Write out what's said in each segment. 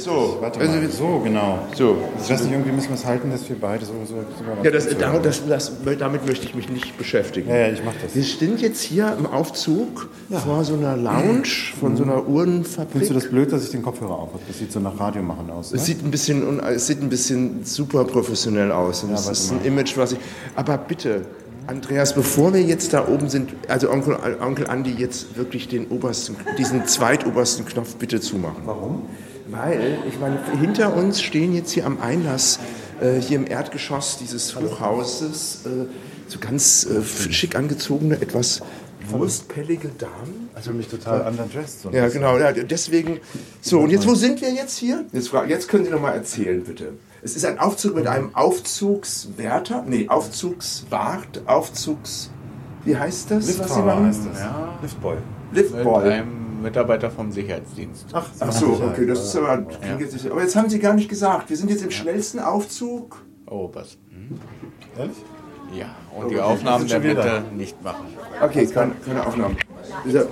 So, warte also mal. jetzt- So, genau. So. Ich weiß nicht, irgendwie müssen wir es halten, dass wir beide so. so Ja, das, da- das, das, damit möchte ich mich nicht beschäftigen. Ja, ja, ich mach das. Wir stehen jetzt hier im Aufzug vor so einer Lounge, von so einer Findest du Uhrenfabrik. das blöd, dass ich den Kopfhörer auf habe? Das sieht so nach Radio machen aus. Ne? Es sieht ein bisschen, un- es sieht ein bisschen super professionell aus. Und das warte ist ein Image, was ich. Aber bitte, Andreas, bevor wir jetzt da oben sind, also Onkel, Onkel Andi jetzt wirklich den obersten, diesen zweitobersten Knopf bitte zumachen. Warum? Weil, ich meine, hinter uns stehen jetzt hier am Einlass, äh, hier im Erdgeschoss dieses Hochhauses, äh, so ganz äh, f- schick angezogene, etwas wurstpellige Damen. Also mich total underdressed. So. Ja, genau. Ja, deswegen. So, und jetzt, wo sind wir jetzt hier? Jetzt, fra- jetzt können Sie noch mal erzählen, bitte. Es ist ein Aufzug mit einem Aufzugswärter. Nee, Aufzugswart, Aufzugs. Wie heißt das? was Sie machen? das. Ja, Liftboy. mit Liftball. einem Mitarbeiter vom Sicherheitsdienst. Ach, Ach so, okay, das ist aber. klingt jetzt nicht- Aber jetzt haben Sie gar nicht gesagt. Wir sind jetzt im schnellsten Aufzug. Oh, was? Ehrlich? Ja, und die Okay, wir Aufnahmen der sind schon Bitte wieder nicht machen. Okay, keine, keine Aufnahmen. Dieser-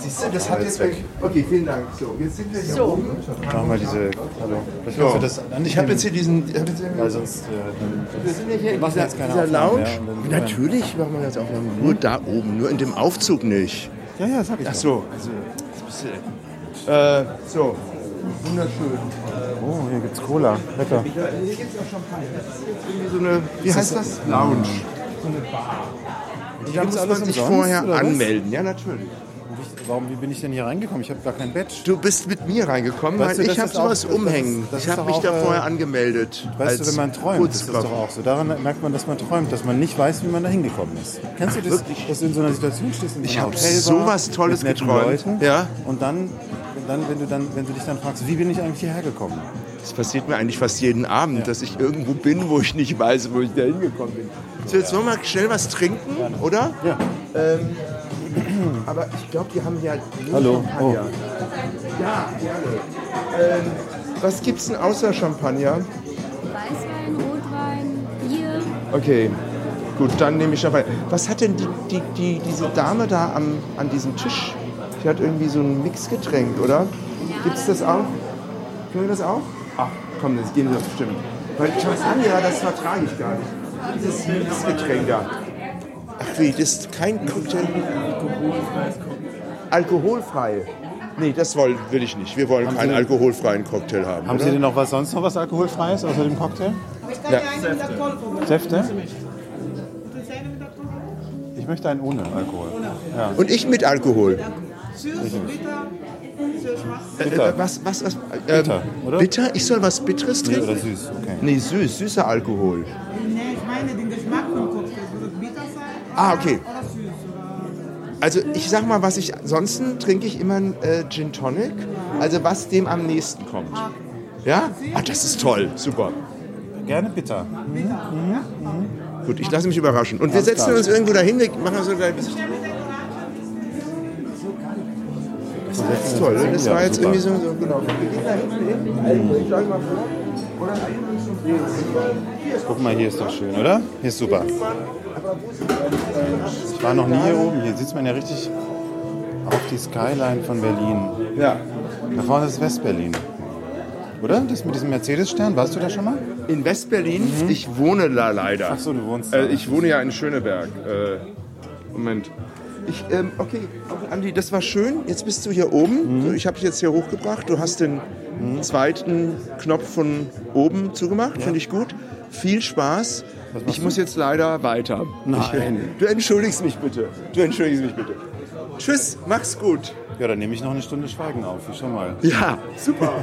Siehst du, das hat jetzt weg. Okay, vielen Dank. So, jetzt sind wir hier oben. Machen wir diese. Hallo. Ich hoffe, das an Ich habe jetzt hier diesen. Ich hab jetzt hier Weil sonst. Äh, dann, Wir sind ja hier in machen dieser, jetzt keine dieser Aufnahmen Lounge. mehr und dann- Natürlich machen wir jetzt Aufnahmen. Nur da oben, nur in dem Aufzug nicht. ja, ja, sag ich. Ach doch. so. also, Äh, so. Wunderschön. Oh, hier gibt's Cola. Lecker. Hier gibt es auch Champagner. Das ist jetzt irgendwie so eine, wie heißt das? Hm. Lounge. So eine Bar. Und da gibt's muss alles man sich umsonst, vorher oder was? anmelden. Ja, natürlich. Warum, wie bin ich denn hier reingekommen? Ich habe gar kein Badge. Du bist mit mir reingekommen, Weißt weil du, das ich habe ist auch- sowas das- das umhängen. ist- das ich ist habe doch mich da auch, äh, vorher angemeldet. Weißt du, als wenn man träumt, das ist Putzkraft. doch auch so. Daran merkt man, dass man träumt, dass man nicht weiß, wie man da hingekommen ist. Kennst du das, wirklich? dass du in so einer Situation stehst? In so Ich einer hab Hotelbar sowas Tolles mit netten geträumt. Leuten, Ja. Und dann, dann, wenn du dann, wenn du dich dann fragst, wie bin ich eigentlich hierher gekommen? Das passiert mir eigentlich fast jeden Abend, dass ich irgendwo bin, wo ich nicht weiß, wo ich da hingekommen bin. So, jetzt wollen wir mal schnell was trinken, oder? Ja. Ähm, aber ich glaube, die haben ja nur Hallo. Champagner. Ja, gerne. Ähm, Oh. was gibt's denn außer Champagner? Weißwein, Rotwein, Bier. Okay, gut, dann nehme ich Champagner. Was hat denn die, die, die, diese Dame da am, an diesem Tisch? Die hat irgendwie so ein Mixgetränk, oder? Gibt's das auch? Können wir das auch? Ach, komm, das geben wir uns bestimmt. Weil Champagner, das vertrage ich gar nicht. Dieses Mixgetränk da. Ach wie, das ist kein Cocktail. Alkoholfrei. Nee, das wollen, will ich nicht. Wir wollen keinen alkoholfreien Cocktail haben. Haben oder? Sie denn noch was sonst noch was alkoholfreies außer dem Cocktail? Ich kann dir einen mit der Kolbe machen. Säfte? Willst du einen mit der Kolbe? Ich möchte einen ohne Alkohol. Und ich mit Alkohol. Süß, bitter, süß, schwarz. Äh, was, was, was? äh, Bitter, oder? Bitter? Ich soll was Bitteres Nee, trinken? oder süß, okay. Nee, süß, süßer Alkohol. Nein, ich meine den Geschmack vom Cocktail. Wird es bitter sein? Ah, okay. Oder süß? Oder Also ich sag mal, was ich ansonsten trinke ich immer einen äh, Gin Tonic, also was dem am nächsten kommt. Ja? Ah, das ist toll, super. Gerne bitter. Gut, ich lasse mich überraschen. Und wir setzen uns irgendwo dahin, wir machen so ein kleines bisschen. Das war jetzt toll, ne? das war jetzt irgendwie so, so genau. Wir gehen da hinten hin, also ich schlage mal vor. Oder da hinten ist so ein Platz. Hier ist Guck mal, hier ist doch schön, oder? Hier ist super. Ich war noch nie hier oben. Hier sieht man ja richtig auf die Skyline von Berlin. Ja, Da vorne ist West-Berlin. Oder? Das mit diesem Mercedes-Stern, warst du da schon mal? in Westberlin, ich wohne da leider. Ach so, du wohnst da. Äh, ich wohne ja in Schöneberg. Äh, Moment. Ich, ähm, okay, Onkel Andi, das war schön. Jetzt bist du hier oben. So, Ich habe dich jetzt hier hochgebracht. Du hast den zweiten Knopf von oben zugemacht. Finde ich gut. Viel Spaß. Ich muss jetzt leider weiter. Nein. Ich, du entschuldigst mich bitte. Du entschuldigst mich bitte. Tschüss, mach's gut. Ja, dann nehme ich noch eine Stunde Schweigen auf, wie schon mal. Ja, super.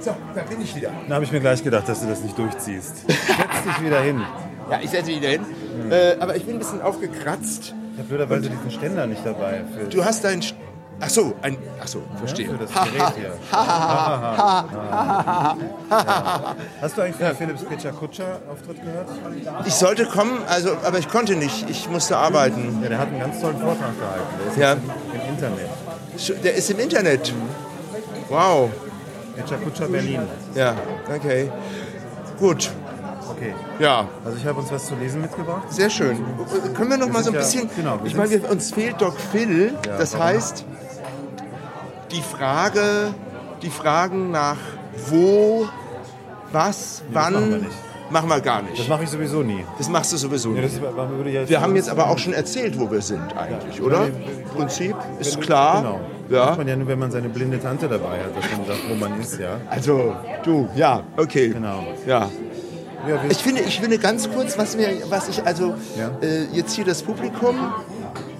So, da bin ich wieder. Da habe ich mir gleich gedacht, dass du das nicht durchziehst. Setz dich wieder hin. Ja, ich setze mich wieder hin. Äh, aber ich bin ein bisschen aufgekratzt. Ich habe blöderweise diesen Ständer nicht dabei. Für, ne, Du hast dein... Sch- Ach so, ein... Ach so, verstehe. für das Gerät hier. Hast du eigentlich von Philips Peter Kutscher Auftritt gehört? Ich sollte kommen, also, aber ich konnte nicht. Ich musste arbeiten. Ja, der hat einen ganz tollen Vortrag gehalten. Der ist Ja, im Internet. der ist im Internet. Wow. Peter Kutscher Berlin. Ja, okay. Gut. Okay. Ja, Also ich habe uns was zu lesen mitgebracht. sehr schön. Äh, Können wir noch mal so ein sind ja- bisschen. genau, wir ich meine, wir- uns fehlt Doc Phil. das heißt, die Frage, die Fragen nach wo, was, wann, machen wir nicht. machen wir gar Das nicht. mache ich sowieso nie. Das machst du sowieso Ja, nicht. das würde ich Wir haben jetzt aber auch schon erzählt, wo wir sind eigentlich, oder? Ja, wir- Prinzip ist Wenn- klar. Genau. Ja. Macht man ja nur, wenn man seine blinde Tante dabei hat, dass man sagt, wo man ist, ja. Also, du, ja, okay. Genau. Ja. Ja, wir, Ich finde, ich finde ganz kurz, was mir, was ich, also Ja. äh, jetzt hier das Publikum,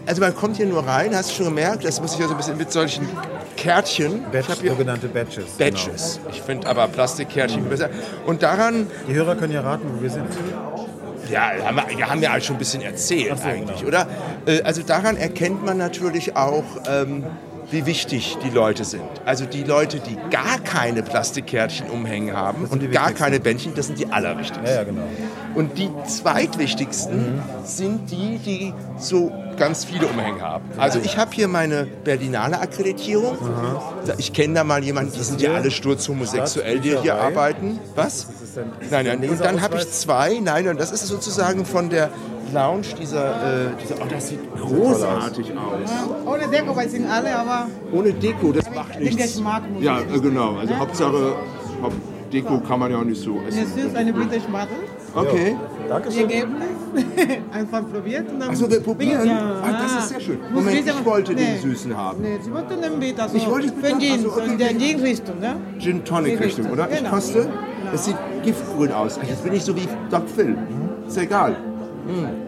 also man kommt hier nur rein, hast du schon gemerkt, das muss ich ja so ein bisschen mit solchen Kärtchen, Batch, hab hier sogenannte Batches. Mhm. Badges, ich finde aber Plastikkärtchen besser. Und daran, Genau. Die Hörer können ja raten, wo wir sind. ja, haben wir, ja, haben wir halt schon ein bisschen erzählt so, eigentlich, genau. oder? Äh, also daran erkennt man natürlich auch, ähm, wie wichtig die Leute sind. Also die Leute, die gar keine Plastikkärtchen umhängen haben sind die und gar wichtigsten. keine Bändchen, das sind die allerwichtigsten. Ja, ja, genau. Und die zweitwichtigsten sind die, die so ganz viele Umhänge haben. Also ich habe hier meine Berlinale Akkreditierung. Da- Ich kenne da mal jemanden, die sind ja hier? alle sturz homosexuell, die hier Staatsbücherei? arbeiten. Was? ist ein- ist Nein, ein nein. Und dann habe ich Leserausweis? zwei, nein, und das ist sozusagen von der Lounge dieser, äh, dieser oh, das sieht großartig aus. Ohne Deko, weil sind alle, aber Ohne Deko, das macht den nichts. Geschmack muss Ja, ich- äh, genau. Also Hauptsache, Haupt Deko kann man ja auch nicht so Eine essen. süß, eine bittere Schmattel. Okay. Die Ergebnis einfach probiert und dann. Also wir probieren. Ja. Ah, das ist sehr schön. Muss Moment, wissen, ich wollte nee. den Süßen haben. Nee, sie wollten den Bitter so. Ich wollte es bitter, für Gin, also, so okay. in der Gin-Richtung, ne? Gin Tonic Die Richtung, Richtung, oder? Ich genau. koste. Es sieht giftgrün aus. Jetzt bin ich so wie Doc Phil. Ist ja egal. Mm.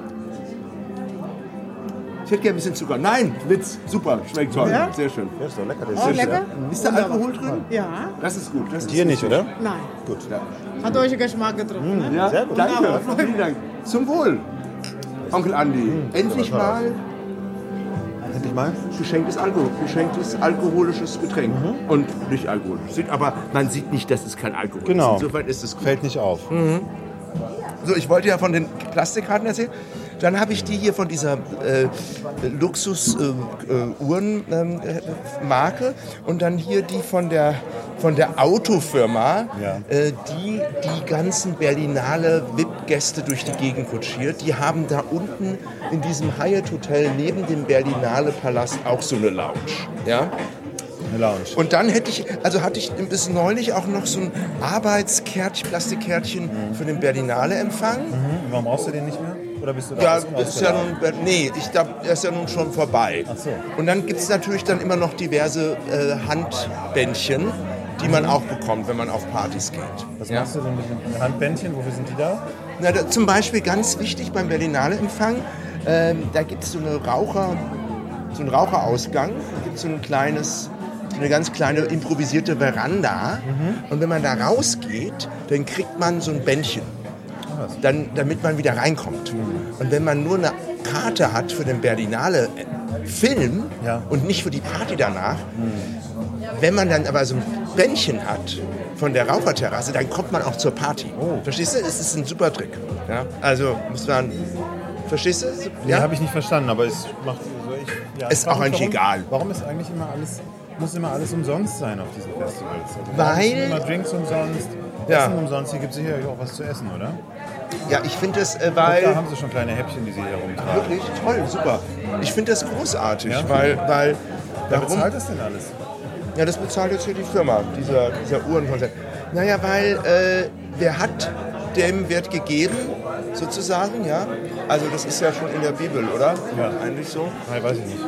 Ich hätte gerne ein bisschen Zucker. Nein, Witz. Super, schmeckt toll. Ja? Sehr schön. Ja, ist doch lecker. Der Auch Oh, lecker? Ist da Alkohol drin? Ja, Das ist gut. Das ist Hier gut. nicht, oder? nein. Gut. Ja. Hat euch Geschmack getroffen, ne? Mm, Ja, Sehr gut. danke. Vielen Dank. Zum Wohl, Onkel Andi. Endlich mal Hm. Endlich mal. geschenktes Alkohol, geschenktes alkoholisches Getränk Mhm. und nicht alkoholisch. Sieht- Aber man sieht nicht, dass es kein Alkohol Genau. ist. Insofern ist es gut. Fällt nicht auf. Hm. So, ich wollte ja von den Plastikkarten erzählen. Dann habe ich die hier von dieser äh, Luxus-Uhrenmarke ähm, äh, Marke und dann hier die von der, von der Autofirma, Ja. äh, die die ganzen Berlinale VIP-Gäste durch die Gegend kutschiert. Die haben da unten in diesem Hyatt Hotel neben dem Berlinale Palast auch so eine Lounge. Ja? Eine Lounge. Und dann hätte ich, also hatte ich bis neulich auch noch so ein Arbeitskärtchen, Plastikkärtchen für den Berlinale empfangen. Und warum brauchst du den nicht mehr? Oder bist du da Ja, aus- das ist ja nun, nee, ich glaub, das ist ja nun schon vorbei. Ach so. Und dann gibt es natürlich dann immer noch diverse äh, Handbändchen, die man auch bekommt, wenn man auf Partys geht. Was machst du denn mit dem Handbändchen? Wofür sind die da? Na, da, zum Beispiel ganz wichtig beim Berlinale-Empfang, ähm, da gibt so es Raucher, so einen Raucherausgang, da gibt so ein kleines, so eine ganz kleine improvisierte Veranda. Und wenn man da rausgeht, dann kriegt man so ein Bändchen, dann, damit man wieder reinkommt. Und wenn man nur eine Karte hat für den Berlinale-Film Ja. und nicht für die Party danach, wenn man dann aber so ein Bändchen hat von der Raucherterrasse, dann kommt man auch zur Party. Oh. Verstehst du? Es ist ein super Trick. Ja? Also muss man. Verstehst du? Ja, Ja. habe ich nicht verstanden, aber es macht. Also ich, ja, Ist ich frag auch mich, eigentlich warum, egal. Warum ist eigentlich immer alles. Muss immer alles umsonst sein auf diesen Festivals? Also, da Weil- sind Immer Drinks umsonst, Ja. Essen umsonst. Hier gibt es sicherlich auch was zu essen, oder? Ja, ich finde das, äh, Da weil haben sie schon kleine Häppchen, die sie hier rumtragen. wirklich toll, super. Ich finde das großartig, Ja? weil, weil Wer warum? bezahlt das denn alles? Ja, das bezahlt jetzt hier die Firma, dieser, dieser Uhrenkonzern. Naja, weil äh, wer hat, dem wird gegeben, sozusagen, ja. Also das ist ja schon in der Bibel, oder? Ja. Eigentlich so. Nein, weiß ich nicht.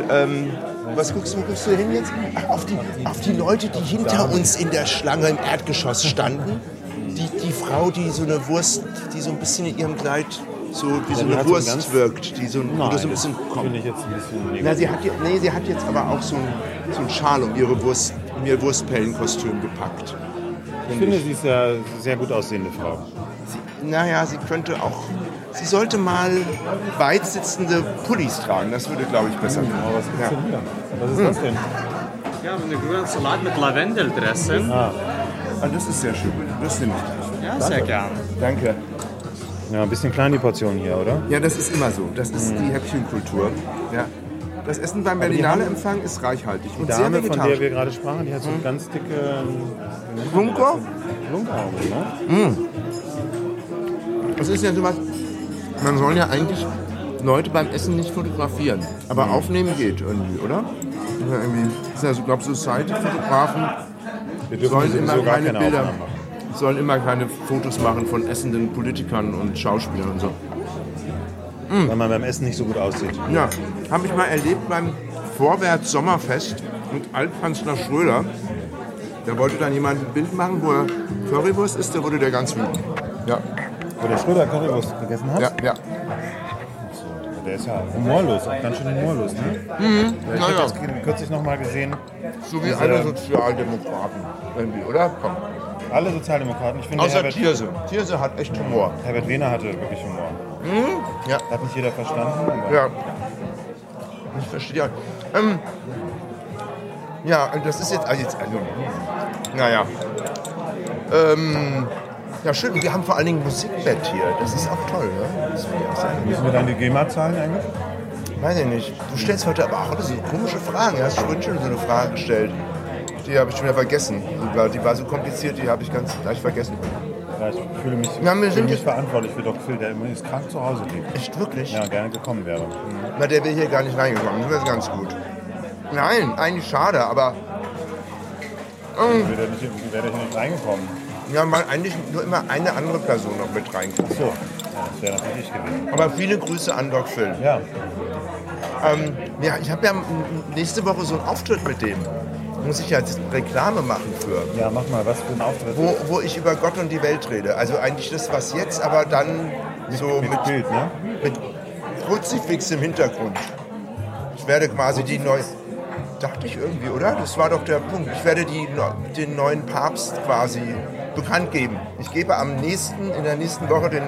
Und ähm, was guckst, wo guckst du hin jetzt? Ach, auf die, auf die Leute, die hinter uns in der Schlange im Erdgeschoss standen. Die, die Frau, die so eine Wurst, die so ein bisschen in ihrem Kleid so wie so die hat eine so Wurst ganz- wirkt, die so, ein- oder so ein das bisschen finde ich jetzt ein bisschen na, negativ. sie hat, jetzt- nee, sie hat jetzt aber auch so ein, so ein Schal um ihre Wurst, um ihr Wurstpellenkostüm gepackt. Ich finde, sie ist eine sehr gut aussehende Frau. Naja, sie könnte auch. Sie sollte mal weit sitzende Pullis tragen. Das würde, glaube ich, besser Aber was gibt's Ja. denn hier? Was ist das denn? Ja, aber einen grünen Salat mit Lavendel dressing. Und das ist sehr schön. Das nehme ich. Ja, sehr gern. Danke. Ja, ein bisschen klein die Portion hier, oder? Ja, das ist immer so. Das ist die Häppchenkultur. Ja. Das Essen beim Berlinale Empfang ist reichhaltig und Die sehr Dame, von der vegetarisch. wir gerade sprachen, die hat so einen ganz dicke Bunker? Lungenaugen, ne? Das ist ja sowas. Man soll ja eigentlich Leute beim Essen nicht fotografieren. Aber aufnehmen geht irgendwie, oder? Ja, irgendwie. Das ist ja so, glaube Society-Fotografen Wir sollen sowieso immer keine Bilder, Aufnahmen machen. sollen immer keine Fotos machen von essenden Politikern und Schauspielern und so. Hm. Weil man beim Essen nicht so gut aussieht. Ja, habe ich mal erlebt beim Vorwärts Sommerfest mit Altkanzler Schröder. Da wollte dann jemand ein Bild machen, wo er Currywurst isst, da wurde der ganz wütend. Ja, Wo der Schröder Currywurst gegessen hat? ja, ja. Der ist ja humorlos, auch ganz schön humorlos, ne? Ich Na habe Ah, ja. das kürzlich nochmal gesehen. So wie alle Sozialdemokraten irgendwie, oder? Komm. Alle Sozialdemokraten, ich finde, Außer Herbert, Tierse. Tierse hat echt Humor. Herbert Wehner hatte wirklich Humor. Hm? Ja. Hat nicht jeder verstanden, aber Ja. Ich verstehe. ja. Ähm, ja, und das ist jetzt. Also jetzt also, naja. Ähm, ja, schön. Und Wir haben vor allen Dingen ein Musikbett hier. Das ist auch toll, ne? Das will ich auch sagen. müssen wir dann die GEMA zahlen eigentlich? Weiß ich nicht. Du stellst heute aber auch so komische Fragen. Du hast vorhin schon so eine Frage gestellt. Die habe ich schon wieder vergessen. Die war, die war so kompliziert, die habe ich ganz leicht vergessen. Ja, ich fühle mich, Ja, wir fühle sind mich jetzt- verantwortlich für Doc Phil, der übrigens krank zu Hause liegt. Echt wirklich? Ja, gerne gekommen wäre. Hm. Mhm. Na, der wäre hier gar nicht reingekommen. Das wäre ganz gut. Nein, eigentlich schade, aber Wäre der nicht, wäre der hier nicht reingekommen. wir haben mal eigentlich nur immer eine andere Person noch mit reingekommen. So, ja, das wäre natürlich ich gewesen. Aber viele Grüße an Doc Phil. Ja, Ähm, ja, ich habe ja m- m- nächste Woche so einen Auftritt mit dem. Muss ich ja jetzt Reklame machen für. ja, mach mal, was für ein Auftritt. Wo, wo ich über Gott und die Welt rede. Also eigentlich das, was jetzt, aber dann so mit, Mit Bild, ne? mit Kruzifix im Hintergrund. Ich werde quasi die neue. Dachte ich irgendwie, oder? Das war doch der Punkt. Ich werde die, neu- den neuen Papst quasi bekannt geben. Ich gebe am nächsten, in der nächsten Woche den,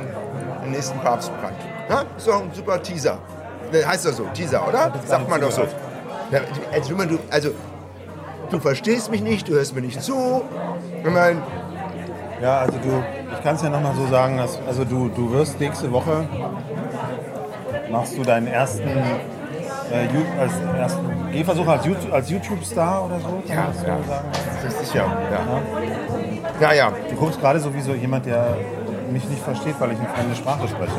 den nächsten Papst bekannt. Ja? So ein super Teaser. Ne, heißt das so, Teaser, oder? Sagt man doch so. Ja, also, wenn man- du, also, du verstehst mich nicht, du hörst mir nicht zu. Ich meine, Ja, also du, ich kann es ja nochmal so sagen, dass, also du, du wirst nächste Woche, machst du deinen ersten, äh, Ju- als, ersten Gehversuch als, Ju- als YouTube-Star oder so? kann man das so sagen? das ist ja. Ja, ja. ja. Du guckst gerade so wie so jemand, der mich nicht versteht, weil ich eine fremde Sprache spreche.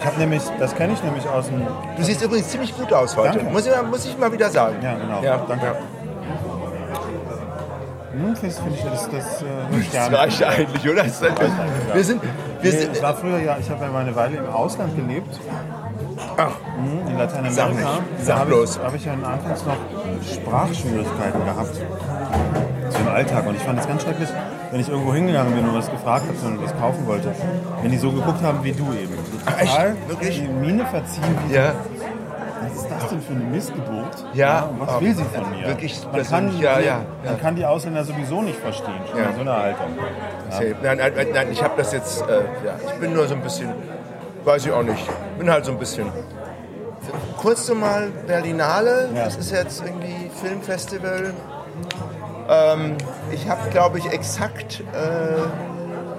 Ich habe nämlich, das kenne ich nämlich aus dem, Du siehst übrigens ziemlich gut aus heute. Danke. Muss ich, mal- muss ich mal wieder sagen. ja genau, Ja, danke. Hm, das finde ich, das, das, äh, höre ich Das gerne. reicht eigentlich, oder? Das ist wir sind, wir Nee, sind, ich war früher ja, ich habe ja mal eine Weile im Ausland gelebt. Ach. Mhm, in Lateinamerika. Sag nicht. Sag da habe bloß. ich, habe ich ja anfangs noch Sprachschwierigkeiten gehabt. So im Alltag. Und ich fand das ganz schrecklich, wenn ich irgendwo hingegangen bin und was gefragt habe sondern was kaufen wollte. Wenn die so geguckt haben wie du eben. So Ach, echt? total Wirklich? die Miene verziehen, wie ja, was ist das denn für eine Missgeburt? Ja. und was Ah, will sie von mir? wirklich man kann, persönlich, ja, die, ja, ja. man kann die Ausländer sowieso nicht verstehen, schon Ja. in so einer Haltung. safe. Nein, nein, nein, nein ich habe das jetzt, äh, ja, ich bin nur so ein bisschen, weiß ich auch nicht, bin halt so ein bisschen. Kurz nochmal Berlinale, Ja. das ist jetzt irgendwie Filmfestival. Ähm, ich habe, glaube ich, exakt äh,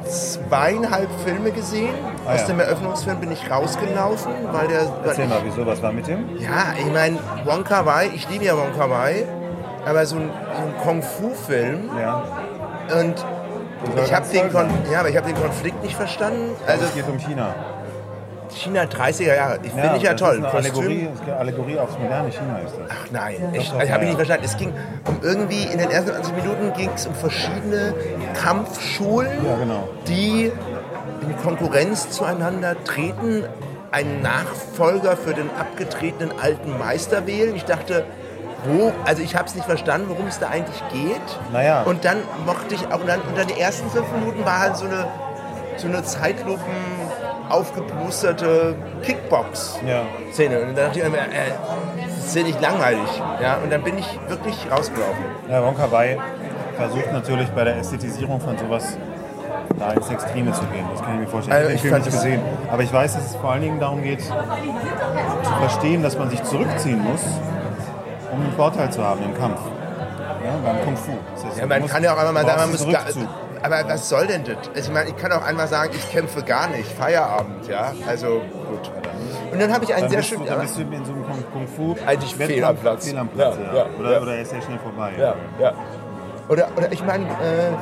zweieinhalb Filme gesehen. Ah, Aus ja. dem Eröffnungsfilm bin ich rausgelaufen, weil der, weil Erzähl mal, wieso, was war mit dem? Ja, ich meine, Wong Kar Wai, ich liebe ja Wong Kar Wai, aber so ein, so ein Kung-Fu-Film Ja. und soll Ich habe ganz den, toll Kon ja, aber ich hab den Konflikt nicht verstanden. Also Also es geht um China. China 30er Jahre, ich finde ich ja das toll. Ist eine Kostüm- Allegorie, es geht Allegorie aufs moderne China ist das. Ach nein, ich, doch, ich habe ja. nicht verstanden. Es ging um irgendwie, in den ersten 20 Minuten ging es um verschiedene Kampfschulen, Ja, genau. die in Konkurrenz zueinander treten, einen Nachfolger für den abgetretenen alten Meister wählen. Ich dachte, wo, also ich habe es nicht verstanden, worum es da eigentlich geht. Naja. Und dann mochte ich auch, und dann, und dann die ersten fünf Minuten war halt so eine, so eine Zeitlupen aufgeplusterte Kickbox. Ja. Szene. Und dann dachte ich mir, äh, das ist ja nicht langweilig. Ja? Und dann bin ich wirklich rausgelaufen. Ja, Wonka Wai versucht natürlich bei der Ästhetisierung von sowas da ins Extreme zu gehen. Das kann ich mir vorstellen. Also ich ich habe den Film fand nicht es- gesehen. Aber ich weiß, dass es vor allen Dingen darum geht, zu verstehen, dass man sich zurückziehen muss, um einen Vorteil zu haben im Kampf. Ja, beim Kung Fu. Das heißt, Ja, du man musst- kann ja auch einmal mal du sagen, man brauchst muss einen gar, Rückzug. Aber was soll denn das? Also Ich meine, ich kann auch einmal sagen, ich kämpfe gar nicht. Feierabend, ja. Also gut. Und dann habe ich einen Dann sehr bist, schönen. du, dann bist du in so einem Kung, Kung Fu Eigentlich fehl Wettkampf- am Platz. Fehl am Platz, Ja, ja, ja, oder, ja. oder er ist sehr schnell vorbei. ja, ja. Oder, oder ich meine, äh,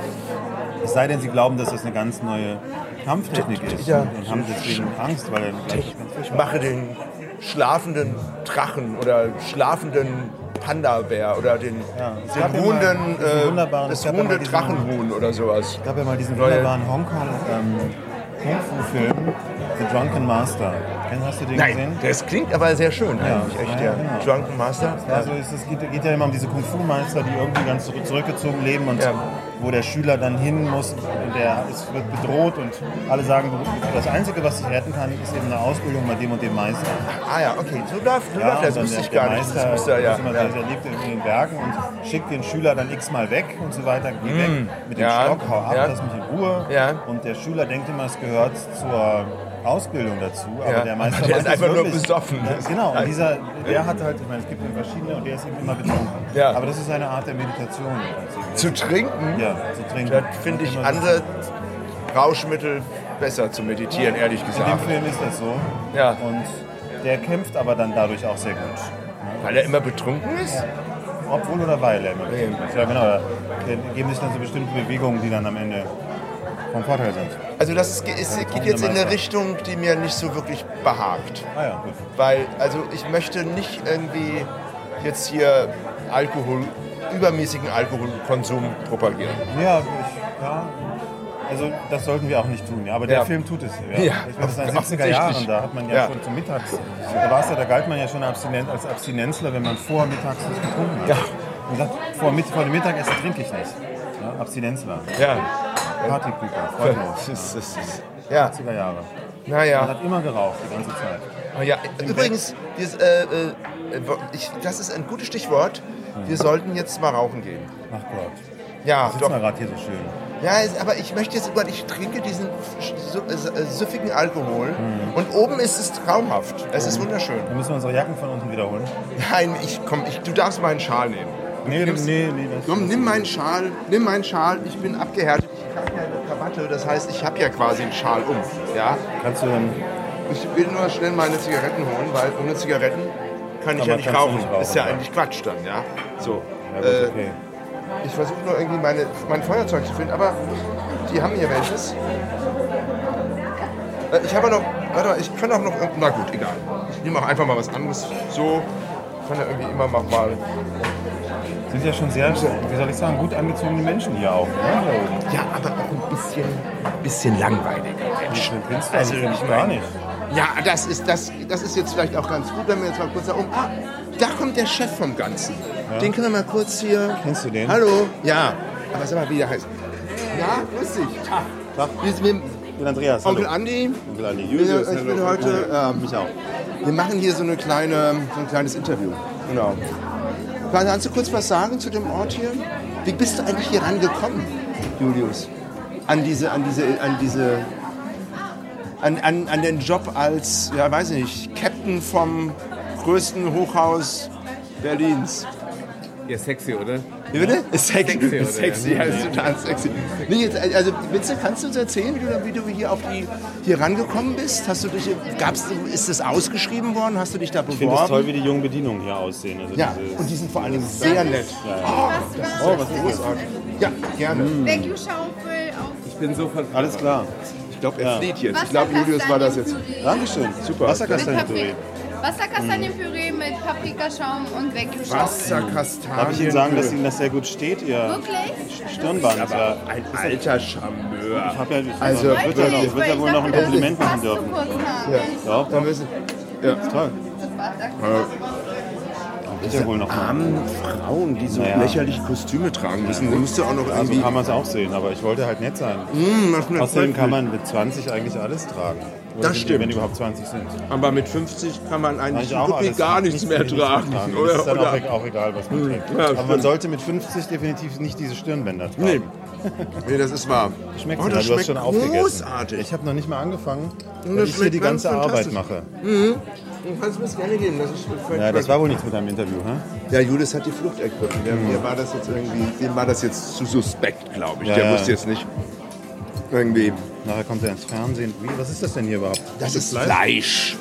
Es sei denn, sie glauben, dass das eine ganz neue Kampftechnik ist Ja. und, und haben deswegen Angst, weil ich, ich mache den schlafenden Drachen oder schlafenden Panda-Bär oder den, Ja, es gab ja mal den ruhenden, diesen äh, wunderbaren- das es gab ja mal ruhende diesen- Drachenhuhn oder sowas. Es gab ja mal diesen Neue- wunderbaren Hongkong-Kung-Fu-Film, The Drunken Master. Kenn- Hast du den Nein, gesehen? das klingt aber sehr schön eigentlich, echt, ja, ja. genau. Drunken Master. Also es, es geht, geht ja immer um diese Kung-Fu-Meister, die irgendwie ganz zurück- zurückgezogen leben und Ja. wo der Schüler dann hin muss und der ist, wird bedroht und alle sagen, das Einzige, was dich retten kann, ist eben eine Ausbildung bei dem und dem Meister. Ah ja, okay, so darf, so darf und das, dann wusste der- ich der gar nicht. Meister Das muss er, ja. ist immer ja. sehr, sehr lieb in den Bergen und schickt den Schüler dann x-mal weg und so weiter. Geh weg mit dem Mm, Ja. Stock, hau ab, Ja. lass mich in Ruhe. Ja. Und der Schüler denkt immer, es gehört zur Ausbildung dazu, aber Ja. der Meister Der ist meint es einfach nur wirklich. besoffen. Ja, genau, und dieser, der hat halt, ich meine, es gibt ja verschiedene und der ist eben immer betrunken. Ja. Aber das ist eine Art der Meditation. im Prinzip. Zu trinken, ja, zu trinken. da finde ich Immer- andere Rauschmittel besser zu meditieren, ehrlich In dem gesagt. Film ist das so. Ja. Und der kämpft aber dann dadurch auch sehr gut. Weil er immer betrunken ist? Obwohl oder weil er immer Nee. betrunken ist. Ja, genau. Da geben sich dann so bestimmte Bewegungen, die dann am Ende vom Vorteil sind. Also das ist, ist, geht jetzt in eine Richtung, die mir nicht so wirklich behagt. Ah ja, gut. Weil, also ich möchte nicht irgendwie jetzt hier Alkohol, übermäßigen Alkoholkonsum propagieren. Ja, ich, ja. Also das sollten wir auch nicht tun, ja. Aber der Ja. Film tut es. Ja, ich meine, das ist in den offensichtlich. 70er Jahren, da hat man ja, Ja. schon zum Mittags. Also, Da war's ja, da galt man ja schon abstinent, als Abstinenzler, wenn man vor Mittags was getrunken hat. Ja. Und sagt, vor, Mitt- vor dem Mittagessen trinke ich nicht. Ja, Abstinenzler. Ja. Partypuper, freudlos. Das ist, das ist, ja, 70er Jahre. Man naja. hat immer geraucht die ganze Zeit. Ah Ja, übrigens, dieses, äh, äh, ich, das ist ein gutes Stichwort. Wir sollten jetzt mal rauchen gehen. Ach Gott. Ja, Ach, sitzt doch. mal gerade hier so schön. Ja, es- aber ich möchte jetzt über, ich trinke diesen su- äh, süffigen Alkohol und oben ist es traumhaft. Es ist wunderschön. Wir müssen unsere Jacken von unten wiederholen. Mhm. Nein, ich komm, ich, du darfst meinen Schal nehmen. Nee, nee, nee. Das Komm, nimm meinen Schal, nimm meinen Schal. Ich bin abgehärtet. Ich habe ja eine Krawatte, das heißt, ich habe ja quasi einen Schal um. Ja, Kannst du dann ich will nur schnell meine Zigaretten holen, weil ohne Zigaretten kann ich Aber ja nicht kannst du rauchen. nicht rauchen, Ist ja ja. eigentlich Quatsch dann, ja. So. Ja, äh, gut, okay. Ich versuche nur irgendwie meine, mein Feuerzeug zu finden, aber die haben hier welches. Äh, Ich habe noch, warte mal, ich kann auch noch, na gut, egal. Ich nehme auch einfach mal was anderes. So, ich kann ja irgendwie immer noch mal. Sind ja schon sehr, wie soll ich sagen, gut angezogene Menschen hier auch. Ne? Ja, aber auch ein bisschen, bisschen langweilig. Also, also finde ich gar nicht. Ja, das ist, das, das ist jetzt vielleicht auch ganz gut, wenn wir jetzt mal kurz da oben. Ah, da kommt der Chef vom Ganzen. Den können wir mal kurz hier. Kennst du den? Hallo? Ja. Aber sag mal, wie der heißt. Ja, grüß dich. Tag. Tag. Wir sind mit Ich bin Andreas. Onkel hallo. Andi. Onkel Andi. bin- ich bin heute, ähm, mich auch. Wir machen hier so, eine kleine, so ein kleines Interview. Genau. Kannst du kurz was sagen zu dem Ort hier? Wie bist du eigentlich hier rangekommen, Julius? An diese, an diese, an diese, an, an, an den Job als, ja, weiß ich nicht, Captain vom größten Hochhaus Berlins. Ja, sexy, oder? Wie bitte? Sexy, Sexy, oder? sexy, ja, ist total sexy. Nee, jetzt, also, willst du, kannst du uns erzählen, wie du, wie du hier auf die, hier rangekommen bist? Hast du dich, gab's, ist das ausgeschrieben worden? Hast du dich da beworben? Ich finde es toll, wie die jungen Bedienungen hier aussehen. Also Ja, diese- Ah, und die sind vor allen Dingen sehr nett. oh, was ist das? Ja, gerne. Veggie-Schaufel auf Ich bin so von. Alles klar. Ich glaube, er flieht jetzt. Ich glaube, Wasserkastanienpüree. Julius war das jetzt. Dankeschön. Super. Mit Wasserkastanienpüree. Papri Wasserkastanienpüree mit Paprikaschaum und Veggie-Schaufel. Wasserkastanien. Darf ich Ihnen sagen, dass Ihnen das sehr gut steht, Ihr Wirklich? Stirnband? Ja. ein alter Charmeur. Ich hab ja, ich ich Also, wird ja noch, Wirklich, ich wird ja weil wohl ich noch ein dachte, Kompliment das machen passt dürfen. zu kurz nach. Ja, Da müssen, ja. toll. Das war da Wird ja wohl noch. Armen Frauen, die so Naja. lächerliche Kostüme tragen müssen, die musst du auch noch Also irgendwie. kann man es auch sehen, aber ich wollte halt nett sein. Hm, mach mir Außerdem Freude. kann man mit 20 eigentlich alles tragen. Das wenn die- stimmt. Wenn die überhaupt 20 sind. Aber mit 50 kann man eigentlich Eigentlich so gut wie gar nichts mehr tragen. Oder, ist Oder, dann auch, oder? e- auch egal, was man trägt. ja, Aber man stimmt. sollte mit 50 definitiv nicht diese Stirnbänder tragen. Nee. Nee, das ist wahr. Schmeckt oh, oh, das du hast schmeckt schon aufgegessen. großartig. Ich habe noch nicht mal angefangen, das weil ich hier schmeckt die ganz ganze Arbeit fantastisch. mache. Du kannst mir das gerne geben. Das ist völlig Ja, das war wohl nichts mit deinem Interview, hä? Ja, Judas hat die Flucht ergriffen. Der, der war das jetzt irgendwie, dem war das jetzt zu suspekt, glaube ich. Ja, der ja. wusste jetzt nicht irgendwie. Nachher kommt er ins Fernsehen. Wie, was ist das denn hier überhaupt? Das ist Fleisch.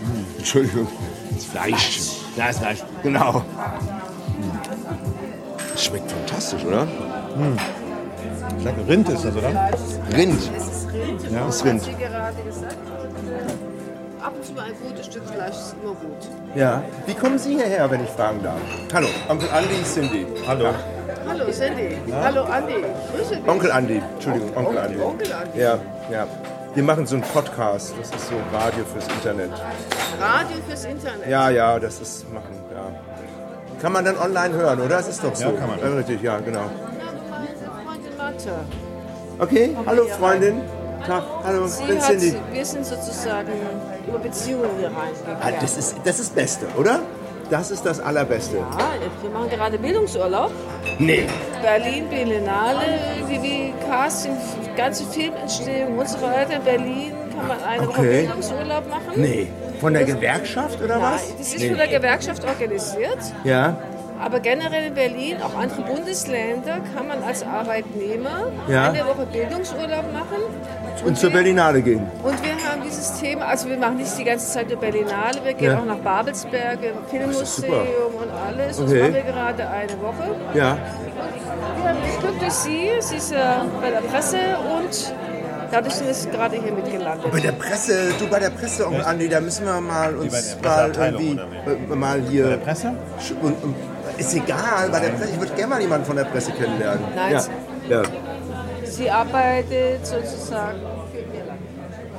Hm, Entschuldigung. Das ist Fleisch. Das ist Fleisch. Genau. Schmeckt fantastisch, oder? Rind ist das, oder? Rind. Ja. Das ist Rind. gerade gesagt. Ab und zu mal ein gutes Stück Fleisch ist immer gut. Ja. Wie kommen Sie hierher, wenn ich fragen darf? Hallo, Onkel Andi ist Cindy. Hallo. Hallo Sandy. Hallo Andi. Grüße dich. Onkel Andi, Entschuldigung, Onkel Andi. Onkel Andi. Ja, ja. Wir machen so einen Podcast. Das ist so Radio fürs Internet. Radio fürs Internet. Ja, ja, das ist machen, ja. Kann man dann online hören, oder? Das ist doch so. Ja, kann man. Richtig, ja, genau. Freunde Latte. Okay, hallo Freundin. Tag, hallo, ich Sie bin hat, Cindy. wir sind sozusagen über Beziehungen hier reingegangen. Ah, das, ist, das ist Beste, oder? Das ist das Allerbeste. Ja, wir machen gerade Bildungsurlaub. Nee. Berlin Biennale, wie, wie Casting, ganze Filmentstehung und so weiter. In Berlin kann man einen Woche Okay. Bildungsurlaub machen. Nee. Von der Gewerkschaft oder Nein, was? das ist von der Gewerkschaft organisiert. Ja, Aber generell in Berlin, auch andere Bundesländer, kann man als Arbeitnehmer Ja. eine Woche Bildungsurlaub machen. und zur Berlinale gehen. Und wir haben dieses Thema, also wir machen nicht die ganze Zeit nur Berlinale, wir gehen Ja. auch nach Babelsberg, im Filmmuseum super. und alles. Und Okay. das machen wir gerade eine Woche. Ja. Wir haben das Glück durch Sie, Sie ist ja bei der Presse und dadurch sind wir gerade hier mitgelandet. Bei der Presse, du bei der Presse, Onkel Andi, da müssen wir mal bei der uns mal Presseabteilung, irgendwie oder äh, mal Bei der hier. Presse? Sch- Und, und, ist egal, bei der Presse. Ich würde gerne mal jemanden von der Presse kennenlernen. Nein. Ja. ja. Sie arbeitet sozusagen für ihr Land.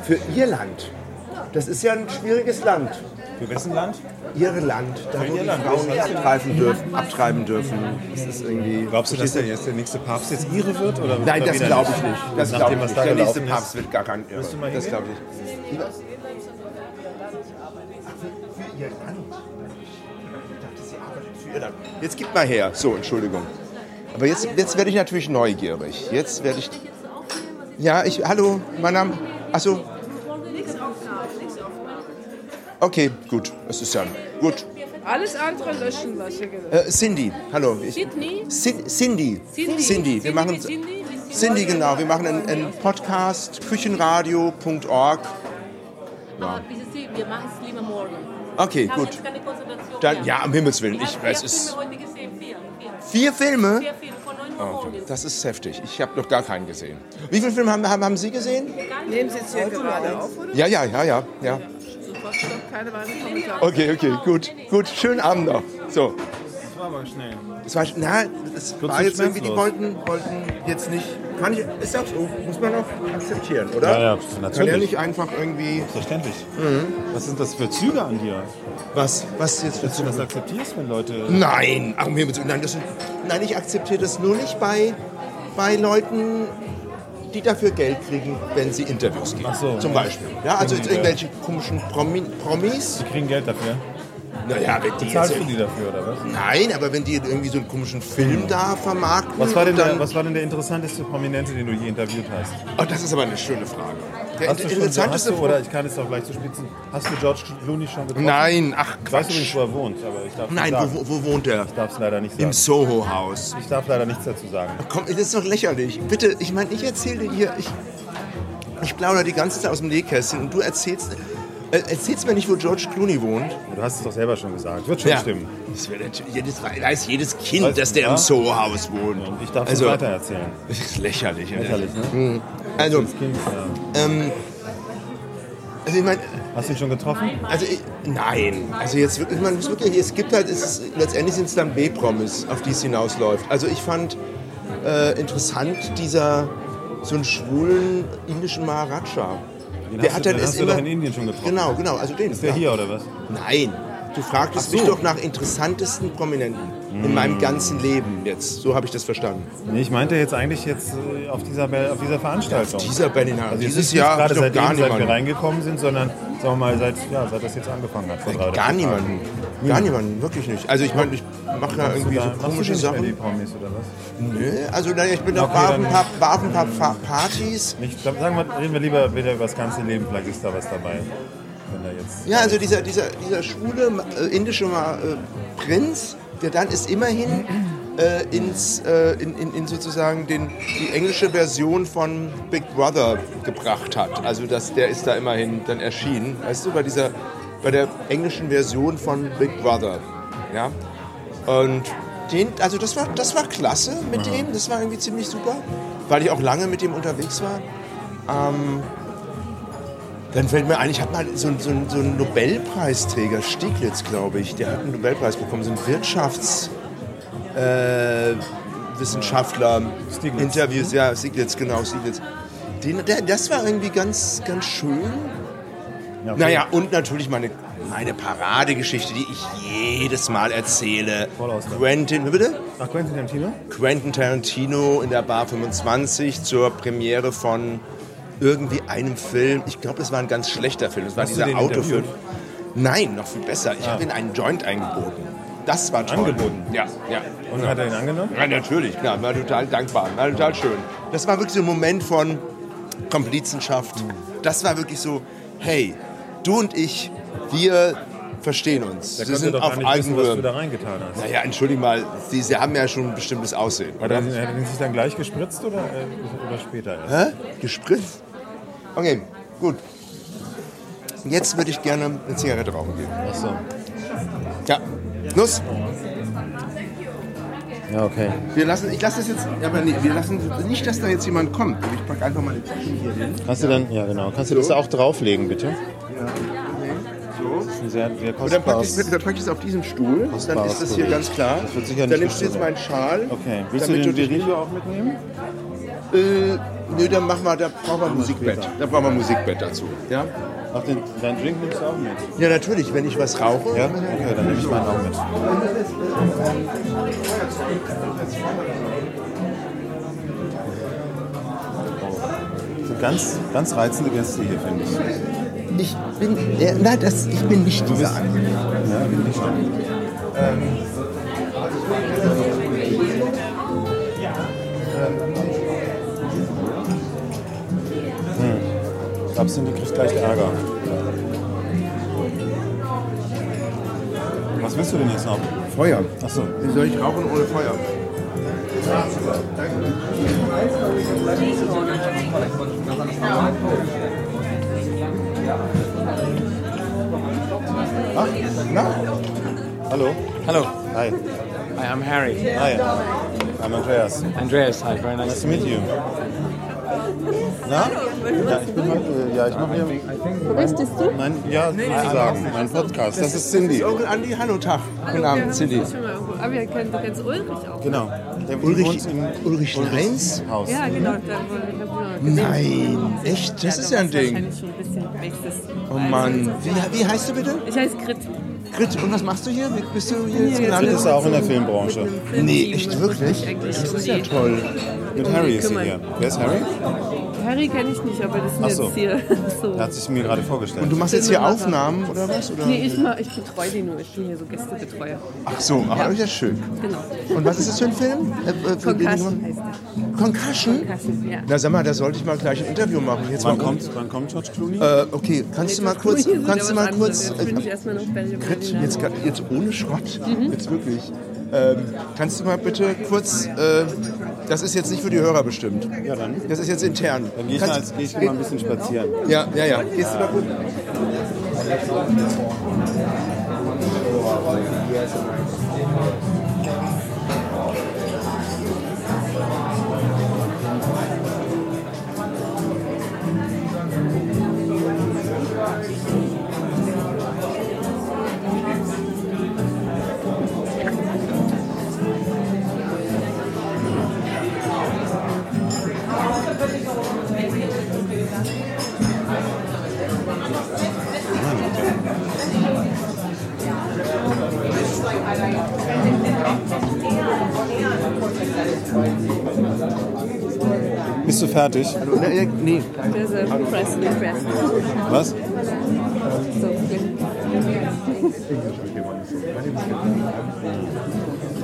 Für Irland. Das ist ja ein schwieriges Land. Für wessen Land? Irland, da wo die Irland, Frauen das nicht heißt- abtreiben dürfen. Abtreiben dürfen. Das ist irgendwie. Glaubst du, dass der, jetzt der nächste Papst jetzt Ihre wird? Oder Nein, oder das wieder glaube ich nicht. Das glaube Nachdem ich was nicht. da Der nächste gelaufen Papst ist. wird gar kein Irre. Willst du mal Das hingehen? glaube ich nicht. Lieber- Für Irland? Ich dachte, sie arbeitet für Irland. Jetzt gib mal her. So, Entschuldigung. Aber jetzt, jetzt werde ich natürlich neugierig. Jetzt werde ich. Ja, ich. Hallo, mein Name. Achso. Okay, gut. Es ist dann. Gut. Alles andere löschen, was wir gesagt Äh, Cindy, hallo. Ich, Sydney? Cin- Cindy. Cindy. Wir machen Cindy, genau. Wir machen einen, einen Podcast küchenradio.org. Aber wissen genau, Sie, wir machen es lieber morgen. Okay, Ich habe gut. jetzt keine Konzentration Dann, mehr. ja, um Himmels Willen. Ich Ich, habe vier es Hm? Filme ist heute gesehen, vier. Vier, vier Filme. vier Filme von 9 Uhr Ah, morgens. Das ist heftig. Ich habe noch gar keinen gesehen. Wie viele Filme haben, haben, haben Sie gesehen? haben. Nehmen Sie jetzt hier gerade auf, oder? Ja, ja, ja, ja, ja. Keine weiteren Kommentare. Okay, okay, gut, gut. Schönen Abend noch. So, Das war aber schnell. das war, na, das Kurz war und jetzt irgendwie, die schmerzlos. wollten, wollten jetzt nicht. Kann ich, ist auch so, muss man auch akzeptieren, oder? Ja, ja, Kann er natürlich. nicht einfach irgendwie Verständlich. Mhm. Was sind das für Züge an dir? Was? Was jetzt? Dass du das akzeptierst, wenn Leute. Nein, ach, um Himmels Willen, nein, das, nein, ich akzeptiere das nur nicht bei, bei Leuten, die dafür Geld kriegen, wenn sie Interviews geben. Ach so. Zum Beispiel. Ja, also jetzt irgendwelche komischen Promi Promis. Die kriegen Geld dafür. Naja, wenn die jetzt, Zahlst du die dafür, oder was? Nein, aber wenn die irgendwie so einen komischen Film da vermarkten. Was war, denn dann, der, was war denn der interessanteste Prominente, den du je interviewt hast? Oh, das ist aber eine schöne Frage. Der Hast du schon, hast interessanteste du, oder ich kann es auch gleich zu spitzen, hast du George Clooney schon getroffen? Nein, ach Ich weiß Quatsch. übrigens, wo er wohnt, aber ich darf Nein, nicht sagen. wo, wo wohnt er? Ich darf es leider nicht sagen. Im Soho-Haus. Ich darf leider nichts dazu sagen. Komm, das ist doch lächerlich. Bitte, ich meine, ich erzähle dir hier, ich, ich plaudere die ganze Zeit aus dem Nähkästchen und du erzählst. Äh, Erzähl's mir nicht, wo George Clooney wohnt. Du hast es doch selber schon gesagt. Wird schon stimmen. Das wär natürlich- jedes, weiß jedes Kind, Weiß- dass der ja. im Soho-Haus wohnt. Ich darf also, es weiter erzählen. Das ist lächerlich. oder? Lächerlich, ne? Also, Das Kind, ja. ähm, also ich meine, Hast du ihn schon getroffen? also ich, nein. Also jetzt wirklich, man muss wirklich, es gibt halt, es ist, letztendlich sind es dann B-Promis, auf die es hinausläuft. Also ich fand äh, interessant dieser so einen schwulen indischen Maharaja. Den Der hast du, hat halt den erst hast du immer- doch in Indien schon getroffen. Genau, genau. Also den. Ist der ja. hier oder was? Nein. Du fragtest Ach so. Hm. mich doch nach interessantesten Prominenten in meinem ganzen Leben jetzt. So habe ich das verstanden. Nee, ich meinte jetzt eigentlich jetzt äh, auf dieser, Be- auf dieser Veranstaltung. Dieser Berliner, also jetzt dieses nicht Jahr gerade habe ich noch seitdem, gar seit wir niemanden. reingekommen sind, sondern sagen wir mal, seit, ja, seit das jetzt angefangen hat. Vor drei oder Gar vier niemanden. Gar niemanden, wirklich nicht. Also ich meine, ich mache ja Tagen. Machst Hm. du irgendwie Also da- so machst du komische nicht mehr Die Sachen. Promis oder was? Nö, also naja, ich bin auf Okay, war auf ein dann- paar, war auf ein paar Fa- Partys. Nicht, glaub, sagen wir, reden wir lieber wieder über das ganze Leben. Vielleicht ist da was dabei. Wenn da jetzt Ja, also dieser, dieser, dieser schwule äh, indische äh, Prinz, der dann ist immerhin äh, ins, äh, in, in, in sozusagen den, die englische Version von Big Brother gebracht hat. Also das, der ist da immerhin dann erschienen, weißt du, bei, dieser, bei der englischen Version von Big Brother. Ja? Und den, also das war, das war klasse mit dem, das war irgendwie ziemlich super, weil ich auch lange mit dem unterwegs war. Ähm, Dann fällt mir ein, ich habe mal so, einen- so, einen- so einen Nobelpreisträger, Stieglitz, glaube ich, der hat einen Nobelpreis bekommen, so ein Wirtschaftswissenschaftler. Äh, Wissenschaftler, Stieglitz. Interviews, ja, Stieglitz, genau, Stieglitz. Den, der, das war irgendwie ganz, ganz schön. Ja, okay. Naja, und natürlich meine, meine Paradegeschichte, die ich jedes Mal erzähle. Voll aus der- Quentin, bitte? Ach, Quentin Tarantino? Quentin Tarantino in der Bar 25 zur Premiere von irgendwie einem Film. Ich glaube, es war ein ganz schlechter Film. Es war Hast du dieser den Autofilm. interviewt? Ah. Nein, noch viel besser. Ich habe ihm einen Joint eingeboten. Das war toll. Angeboten? Ja, ja. Und hat er ihn angenommen? Ja, natürlich, klar. War total dankbar. War total schön. Das war wirklich so ein Moment von Komplizenschaft. Das war wirklich so, hey, du und ich, wir verstehen uns. Der Wir konnte sind doch auf gar nicht wissen, was du Augenhöhe. da reingetan hast. Naja, entschuldige mal, Sie, Sie haben ja schon ein bestimmtes Aussehen, Hat oder? er, den- hat er den sich dann gleich gespritzt oder, äh, oder später? erst? Hä? Gespritzt? Okay, gut. Jetzt würde ich gerne eine Zigarette rauchen gehen. Ach so. Ja. Los, Ja, okay. wir lassen, ich lasse das jetzt, aber nee, wir lassen nicht, dass da jetzt jemand kommt. Ich packe einfach meine Taschen hier hin. Hast du dann, ja genau, kannst du das auch drauflegen, bitte? So. Sehr, sehr Und dann packe kostbares. ich dann pack ich es auf diesen Stuhl. Dann Kostbares ist das hier Gerät. ganz klar. Das wird sicher Dann nicht nimmst du jetzt gestört. meinen Schal. Okay, willst damit du den dich Virilio auch mitnehmen? nicht- Äh, nö, dann machen wir, da brauchen wir ein Musikbett. Da brauchen wir ein Musikbett dazu. Ja? Ach, den, deinen Drink nimmst du auch mit? Ja, natürlich, wenn ich was rauche. Ja? Okay, dann nehme ich meinen auch mit. Oh. So Ganz, ganz reizende Gäste hier, finde ich. Ich bin, äh, nein, das, ich bin nicht dieser eine. Ja, finde ich schon. Hm. Absolut, du kriegst gleich Ärger. Was willst du denn jetzt noch? Feuer. Achso, Wie soll ich rauchen ohne Feuer? Ach, na? Hallo. Hello, Hi. I am Harry. Hi. I'm Andreas. Andreas, hi, very nice Nice to meet you. Na? Ja, ich bin heute, äh, ja, ich mache hier Möchtest du? mein, ja, sozusagen, mein Podcast. Das ist Cindy. Onkel Andi, hallo, Tag. Guten Abend, Cindy. Aber Ah, wir kennen, du kennst Ulrich auch. Genau. Der wohnt im Ulrich Leins? Haus. Ja, genau. Da wurde ich hab ihn gesehen. Nein, echt? Das ist ja ein Ding. Wahrscheinlich schon ein bisschen wechselst. Oh Mann. Wie, wie heißt du bitte? Ich heiße Grit. Grit, und was machst du hier? Wie- Bist du hier Das jetzt ist gelandet? er auch in der Filmbranche. Nee, echt wirklich? Das ist ja toll. Mit Harry ist sie hier. Wer ist Harry? Harry kenne ich nicht, aber das sind Ach so. jetzt hier so. Er hat sich mir gerade vorgestellt. Du machst jetzt hier Aufnahmen oder was? Oder? Nee, ich, mal, ich betreue die nur. Ich bin hier so Gästebetreuer. Ach so, ach, das ist Ah, ja schön. Genau. Und was ist das für ein Film? Äh, äh, für- Concussion heißt er. Concussion? Concussion, ja. Na sag mal, da sollte ich mal gleich ein Interview machen. Jetzt mal Wann kommt, wann kommt George Clooney? Äh, okay, kannst du mal kurz, Hier sind kannst du aber mal was kurz, anderes. Jetzt bin ich äh, erstmal noch bei dem Grit, Original. jetzt, kann- jetzt ohne Schrott, Mhm. jetzt wirklich. Ähm, kannst du mal bitte kurz, äh, das ist jetzt nicht für die Hörer bestimmt. Ja, dann. Das ist jetzt intern. Dann gehe ich, mal- Kannst- als- geh ich mal ein bisschen spazieren. Ja, ja, ja. Gehst du mal gut? Bist du fertig? Nee, nee. There's a press in press. Was? So,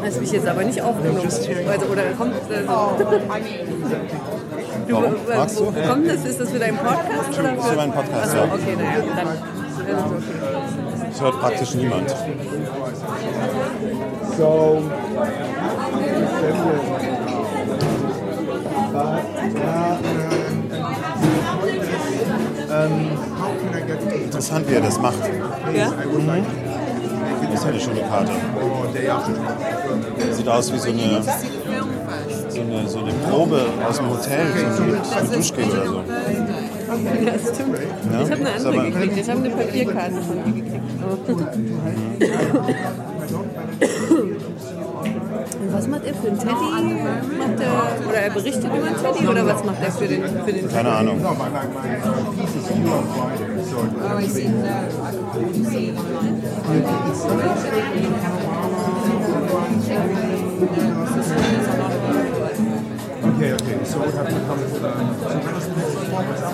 Das habe ich jetzt aber nicht aufgenommen. Also, oder kommt das? Du, Warum? äh, Magst wo du? Kommt das? Ist das für deinen Podcast? Oder für, Das ist für meinen Podcast, Achso, ja. okay, naja, dann. dann ist es okay. Das hört praktisch niemand. Interessant, wie er das macht. Ja? Das ist eine schöne Karte. Sieht aus wie so eine, so eine, so eine Probe aus dem Hotel, so eine, so eine Duschgel oder so. Ja, stimmt. Ja? Ich habe eine Ist aber- andere gekriegt. Ich habe eine Papierkarte von dir gekriegt. Und was macht er für einen Teddy? Macht er, oder er berichtet über einen Teddy oder was macht er für den, für den Teddy? Keine Ahnung.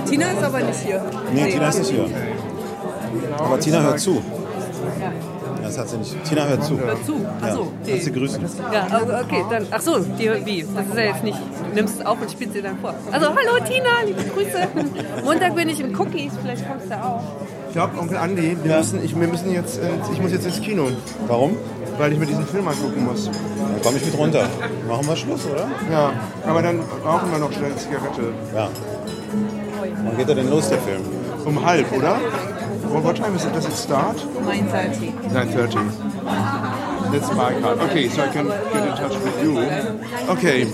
Tina ist aber nicht hier. Nee, Tina ist nicht hier. Aber Tina hört zu. Das hat sie nicht. Tina hört zu. Hör zu. Achso, Ja. Kannst du grüßen. Ja, also, okay, dann. Ach so, die, wie? Das ist ja jetzt nicht. Du nimmst es auf und spielst dir dann vor. Also, hallo Tina, liebe Grüße. Montag bin ich im Cookies, vielleicht kommst du auch. Ich glaube, Onkel Andi, wir müssen, ich, wir müssen jetzt, äh, ich muss jetzt ins Kino, Warum? weil ich mir diesen Film angucken muss. Dann komme ich mit runter. Machen wir Schluss, oder? Ja, aber dann rauchen wir noch schnell eine Zigarette. Ja. Wann geht er denn los, der Film? Um halb, oder? Well, what time is it? Does it start? Mein Salty. 9.30. That's my card. Okay, so I can get in touch with you. Okay.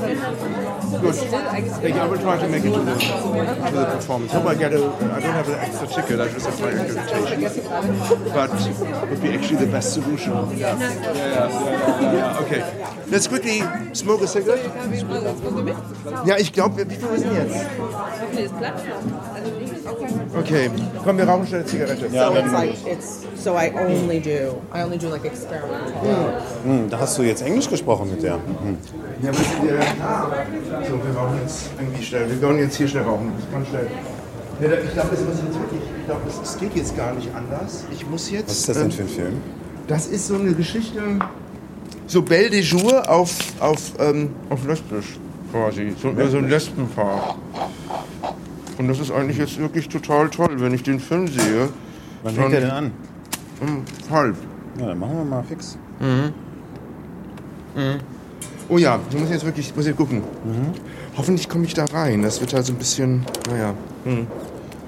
Good. I will try to make it to the, to the performance. Hope I get a, I don't have an extra ticket, I just have my accreditation. But it would be actually the best solution. Yeah, yeah, yeah, yeah, yeah. Okay. Let's quickly smoke a cigarette. Ja, ich glaube, wie viel ist denn jetzt? Okay, komm, wir rauchen schnell eine Zigarette. Ja, it's dann, like it's so I only do I only do like experimental. hm, da hast du jetzt Englisch gesprochen mit der. Hm. Ja, müssen wir. So, wir rauchen jetzt irgendwie schnell. Wir wollen jetzt hier schnell rauchen. Das ist ganz schnell. Ja, da- Ich glaube, es muss jetzt wirklich. Ich glaube, es- es geht jetzt gar nicht anders. Ich muss jetzt. ähm, Was ist das denn für ein Film? Das ist so eine Geschichte. So Belle de Jour auf, auf, ähm, auf Lesbisch quasi. So, äh, so ein Lesbenpaar. Und das ist eigentlich jetzt wirklich total toll, wenn ich den Film sehe. Wann fängt er denn an? Halb. Ja, dann machen wir mal fix. Oh ja, ich muss jetzt wirklich muss jetzt gucken. Mhm. Hoffentlich komme ich da rein. Das wird halt so ein bisschen. Naja.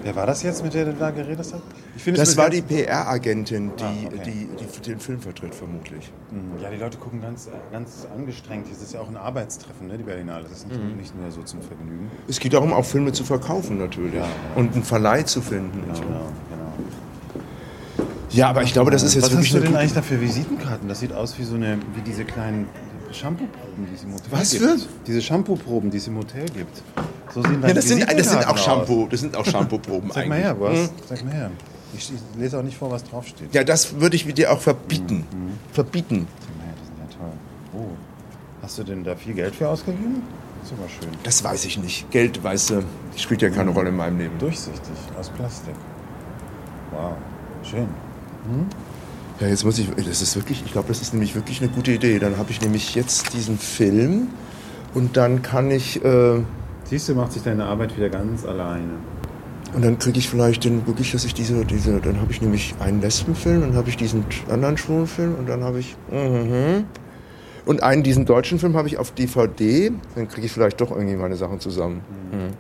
Wer war das jetzt, mit der du da geredet hast? Ich finde, es Das Ah, ist war ganz- die PR-Agentin, die, okay. die, die den Film vertritt, vermutlich. Hm, Ja, die Leute gucken ganz, äh, ganz angestrengt. Das ist ja auch ein Arbeitstreffen, ne, die Berlinale. Das ist nicht, Mhm. nicht nur so zum Vergnügen. Es geht darum, auch Filme zu verkaufen natürlich und einen Verleih zu finden. und so. Genau, genau. Ja, aber ich glaube, das ist jetzt Was wirklich hast du denn eine eigentlich da für Visitenkarten? Das sieht aus wie so eine, wie diese kleinen Shampoo-Proben, die es im Hotel Was gibt. für? Diese Shampoo-Proben, die es im Hotel gibt. So sehen ja, das, sind, das sind Visitenkarten auch aus. Shampoo, das sind auch Shampoo-Proben Sag eigentlich. mal her, was? Sag mal her. Ich, ich lese auch nicht vor, was draufsteht. Ja, das würde ich dir auch verbieten. Verbieten. Sag mal her, die sind ja toll. Oh. Hast du denn da viel Geld für ausgegeben? Das ist immer schön. Das weiß ich nicht. Geld, weißt du, spielt ja keine Rolle in meinem Leben. Durchsichtig, aus Plastik. Wow, schön. Ja, jetzt muss ich, das ist wirklich, ich glaube, das ist nämlich wirklich eine gute Idee. Dann habe ich nämlich jetzt diesen Film und dann kann ich, äh, Siehst du, macht sich deine Arbeit wieder ganz alleine. Und dann kriege ich vielleicht den wirklich, dass ich diese, diese, dann habe ich nämlich einen Lesbenfilm, dann habe ich diesen anderen schwulen Film und dann habe ich mhm. und einen diesen deutschen Film habe ich auf DVD. Dann kriege ich vielleicht doch irgendwie meine Sachen zusammen. Mhm.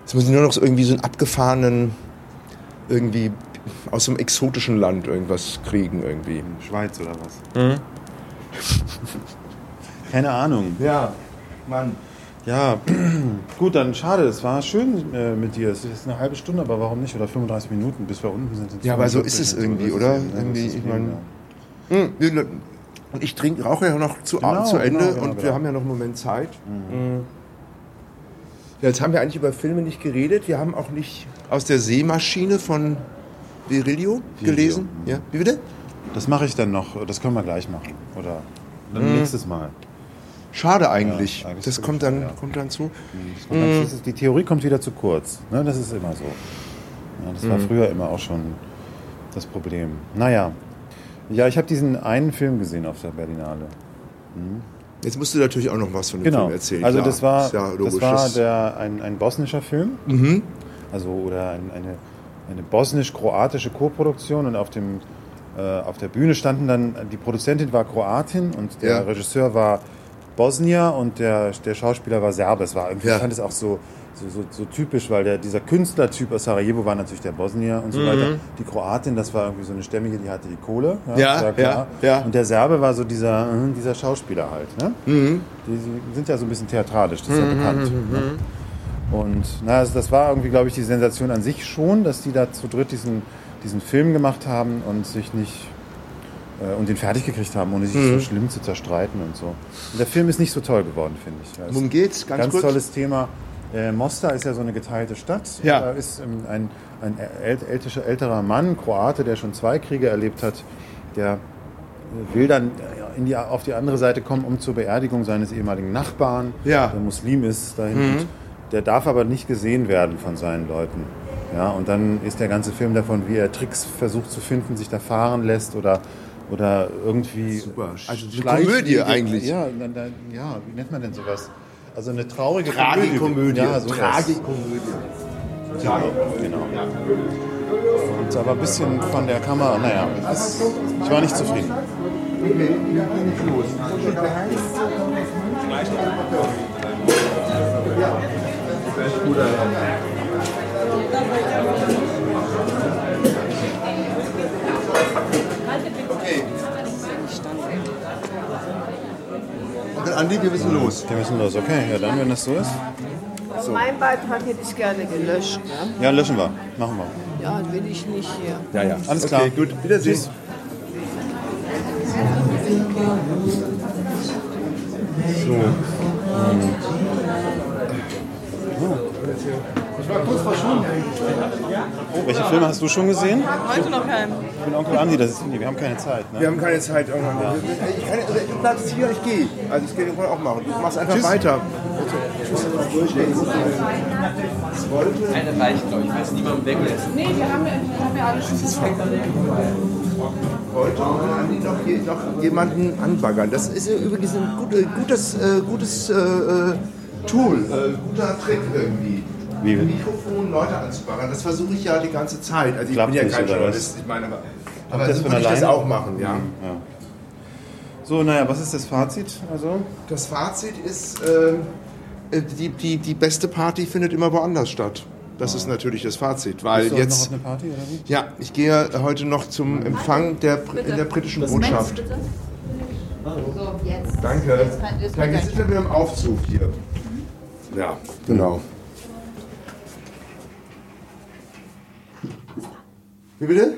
Jetzt muss ich nur noch so irgendwie so einen abgefahrenen irgendwie aus einem exotischen Land irgendwas kriegen irgendwie. Schweiz oder was? Hm? Keine Ahnung. Ja, Mann. Ja, gut, dann schade. Es war schön äh, mit dir. Es ist eine halbe Stunde, aber warum nicht? Oder 35 Minuten, bis wir unten sind. sind Ja, aber so ist 45 es oder Das ist- ja, irgendwie, oder? das Irgendwie, ist ich meine- weniger. Und ich trinke, rauche ja noch zu, Genau, Abend zu Ende genau, genau, und wir genau. Mhm. haben ja noch einen Moment Zeit. Ja, jetzt haben wir eigentlich über Filme nicht geredet. Wir haben auch nicht aus der Seemaschine von Virilio gelesen. Mhm. Ja. Wie bitte? Das mache ich dann noch. Das können wir gleich machen. Oder dann Hm. nächstes Mal. Schade eigentlich. Ja, eigentlich das ist kommt wirklich dann, schade, ja. kommt dann zu. Das kommt dann- das ist- Die Theorie kommt wieder zu kurz. Ne? Das ist immer so. Ja, das Hm. war früher immer auch schon das Problem. Naja. Ja, ich habe diesen einen Film gesehen auf der Berlinale. Jetzt musst du natürlich auch noch was von dem Genau. Film erzählen. also klar. das war, Ist ja das logisch. Mhm. war Das- der, ein, ein bosnischer Film. Also oder ein, eine, eine bosnisch-kroatische Koproduktion und auf dem äh, auf der Bühne standen dann die Produzentin war Kroatin und der Ja. Regisseur war Bosnier und der, der Schauspieler war Serbe. Es war irgendwie, Ja. ich fand es auch so, so, so, so typisch, weil der, dieser Künstlertyp aus Sarajevo war natürlich der Bosnier und so Mhm. weiter. Die Kroatin, das war irgendwie so eine Stämmige, die hatte die Kohle. Ja, das war ja, ja. Und der Serbe war so dieser, äh, dieser Schauspieler halt. Ne? Mhm. Die, die sind ja so ein bisschen theatralisch, das ist ja bekannt. Ne? mhm. Und na, also das war irgendwie, glaube ich, die Sensation an sich schon, dass die da zu dritt diesen, diesen Film gemacht haben und sich nicht äh, und den fertig gekriegt haben, ohne sich Mhm. so schlimm zu zerstreiten und so. Und der Film ist nicht so toll geworden, finde ich. Ja, es- Worum geht's? Ganz, ganz kurz. tolles Thema. Äh, Mostar ist ja so eine geteilte Stadt. Ja. Da ist ähm, ein, ein äl- ältischer, älterer Mann, Kroate, der schon zwei Kriege erlebt hat, der äh, will dann äh, in die, auf die andere Seite kommen, um zur Beerdigung seines ehemaligen Nachbarn, Ja. Mhm. der Muslim ist, dahin. Und Der darf aber nicht gesehen werden von seinen Leuten. Ja, und dann ist der ganze Film davon, wie er Tricks versucht zu finden, sich da fahren lässt oder, oder irgendwie Super. Also eine Schleichwege- Komödie eigentlich. Ja, na, na, ja, wie nennt man denn sowas? Also eine traurige Tragikomödie. Ja, so Tragikomödie. Genau. Und aber ein bisschen von der Kamera, naja, das, ich war nicht zufrieden. Onkel Andi, wir müssen los. Wir müssen los, okay, ja dann, wenn das so ist. Also mein Beitrag hätte ich gerne gelöscht. Ne? Ja, löschen wir, machen wir. Ja, will ich nicht hier. Ja, ja. Alles klar. Okay, gut. Wiedersehen. Tschüss. ähm. Ah. Oh, welche Filme hast du schon gesehen? Heute noch keinen. Ich bin Onkel Andi, das ist, nee, wir haben keine Zeit. Ne? Wir haben keine Zeit. Irgendwann. Ich kann, also du bleibst hier, ich gehe. Also das geht auch machen. Du machst einfach weiter. Nee, wir haben, wir haben ja alle schon Wollte Andi noch, hier, noch jemanden anbaggern. Das ist übrigens ein gut, äh, gutes, äh, gutes äh, äh, Tool. Äh, guter Trick irgendwie. Wie? Mikrofon Leute anzubaggern. Das versuche ich ja die ganze Zeit. Also ich Klappt bin ja nicht, kein oder was? Journalist. Ich meine, aber, aber das so von würde ich das alleine? Mhm. auch machen, ja. So, naja, was ist das Fazit? Also, Das Fazit ist, ähm, äh, die, die, die beste Party findet immer woanders statt. Das ist natürlich das Fazit, weil bist du jetzt... jetzt noch auf eine Party oder wie? Ja, ich gehe heute noch zum Empfang der, Br- in der britischen Botschaft. So, jetzt. Danke. halt, kann- jetzt kann Danke, ich- sind wir wieder im Aufzug hier. Mhm. Ja, genau. Wie bitte?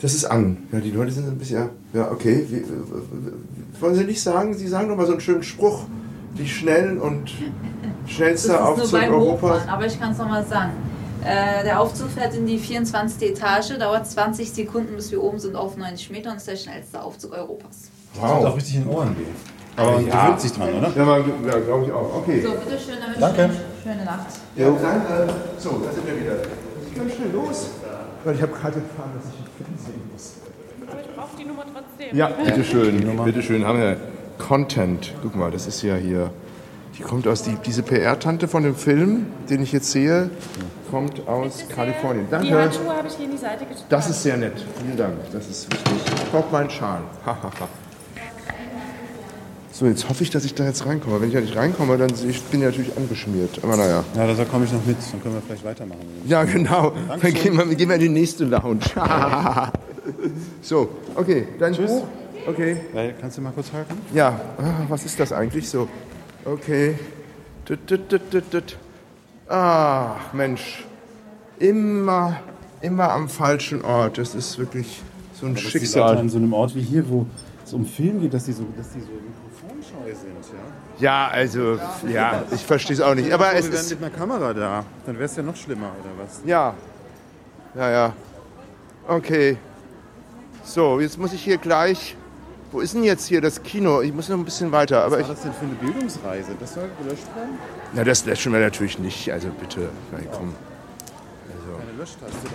Das ist an. Ja, die Leute sind ein bisschen. Ja, ja okay. Wie, w- w- wollen Sie nicht sagen? Sie sagen doch mal so einen schönen Spruch. Die schnellen und schnellste Das ist nur Aufzug beim Europas. Hochfahren, aber ich kann es nochmal sagen. Äh, der Aufzug fährt in die 24. Etage, dauert 20 Sekunden, bis wir oben sind auf 90 Meter und ist der schnellste Aufzug Europas. Das tut auch Wow. richtig in den Ohren weh. Aber man Ja. gewöhnt sich dran, oder? Ja, man- ja glaube ich auch. Okay. So, bitteschön, dann wünsche Danke. ich Ihnen eine schöne Nacht. Ja, danke. So, da sind wir wieder. Ich kann schnell los. Weil ich habe gerade erfahren, dass ich einen Film sehen muss. Aber ich brauche die Nummer trotzdem. Ja, bitteschön. Bitteschön, haben wir Content. Guck mal, das ist ja hier. Die kommt aus, die, diese PR-Tante von dem Film, den ich jetzt sehe, kommt aus Kalifornien. Die Danke. Handschuhe habe ich hier in die Seite getan. Das ist sehr nett. Vielen Dank. Das ist wichtig. Ich brauche meinen Schal. So, jetzt hoffe ich, dass ich da jetzt reinkomme. Wenn ich da nicht reinkomme, dann ich bin ich natürlich angeschmiert. Aber naja. Ja, da komme ich noch mit. Dann können wir vielleicht weitermachen. Ja, genau. Dann Dankeschön. gehen wir, gehen wir in die nächste Lounge. so, okay. Dann Tschüss. Okay. Weil, Äh, kannst du mal kurz halten? Ja, ah, was ist das eigentlich so? Okay. Tut, tut, tut, tut, tut. Ah, Mensch. Immer, immer am falschen Ort. Das ist wirklich so ein dass die Leute Schicksal. an so einem Ort wie hier, wo es um Film geht, dass die so, dass die so mikrofonscheu sind. Ja? Ja, also, ja, ich verstehe es auch nicht. Aber es wir wären ist. mit einer Kamera da. Dann wäre es ja noch schlimmer, oder was? Ja. Ja, ja. Okay. So, jetzt muss ich hier gleich. Wo ist denn jetzt hier das Kino? Ich muss noch ein bisschen weiter. Aber ich, Was war das denn für eine Bildungsreise? Das soll gelöscht werden? na, das löschen wir natürlich nicht. Also bitte. Na, komm. Also. Eine Löschtaste dran.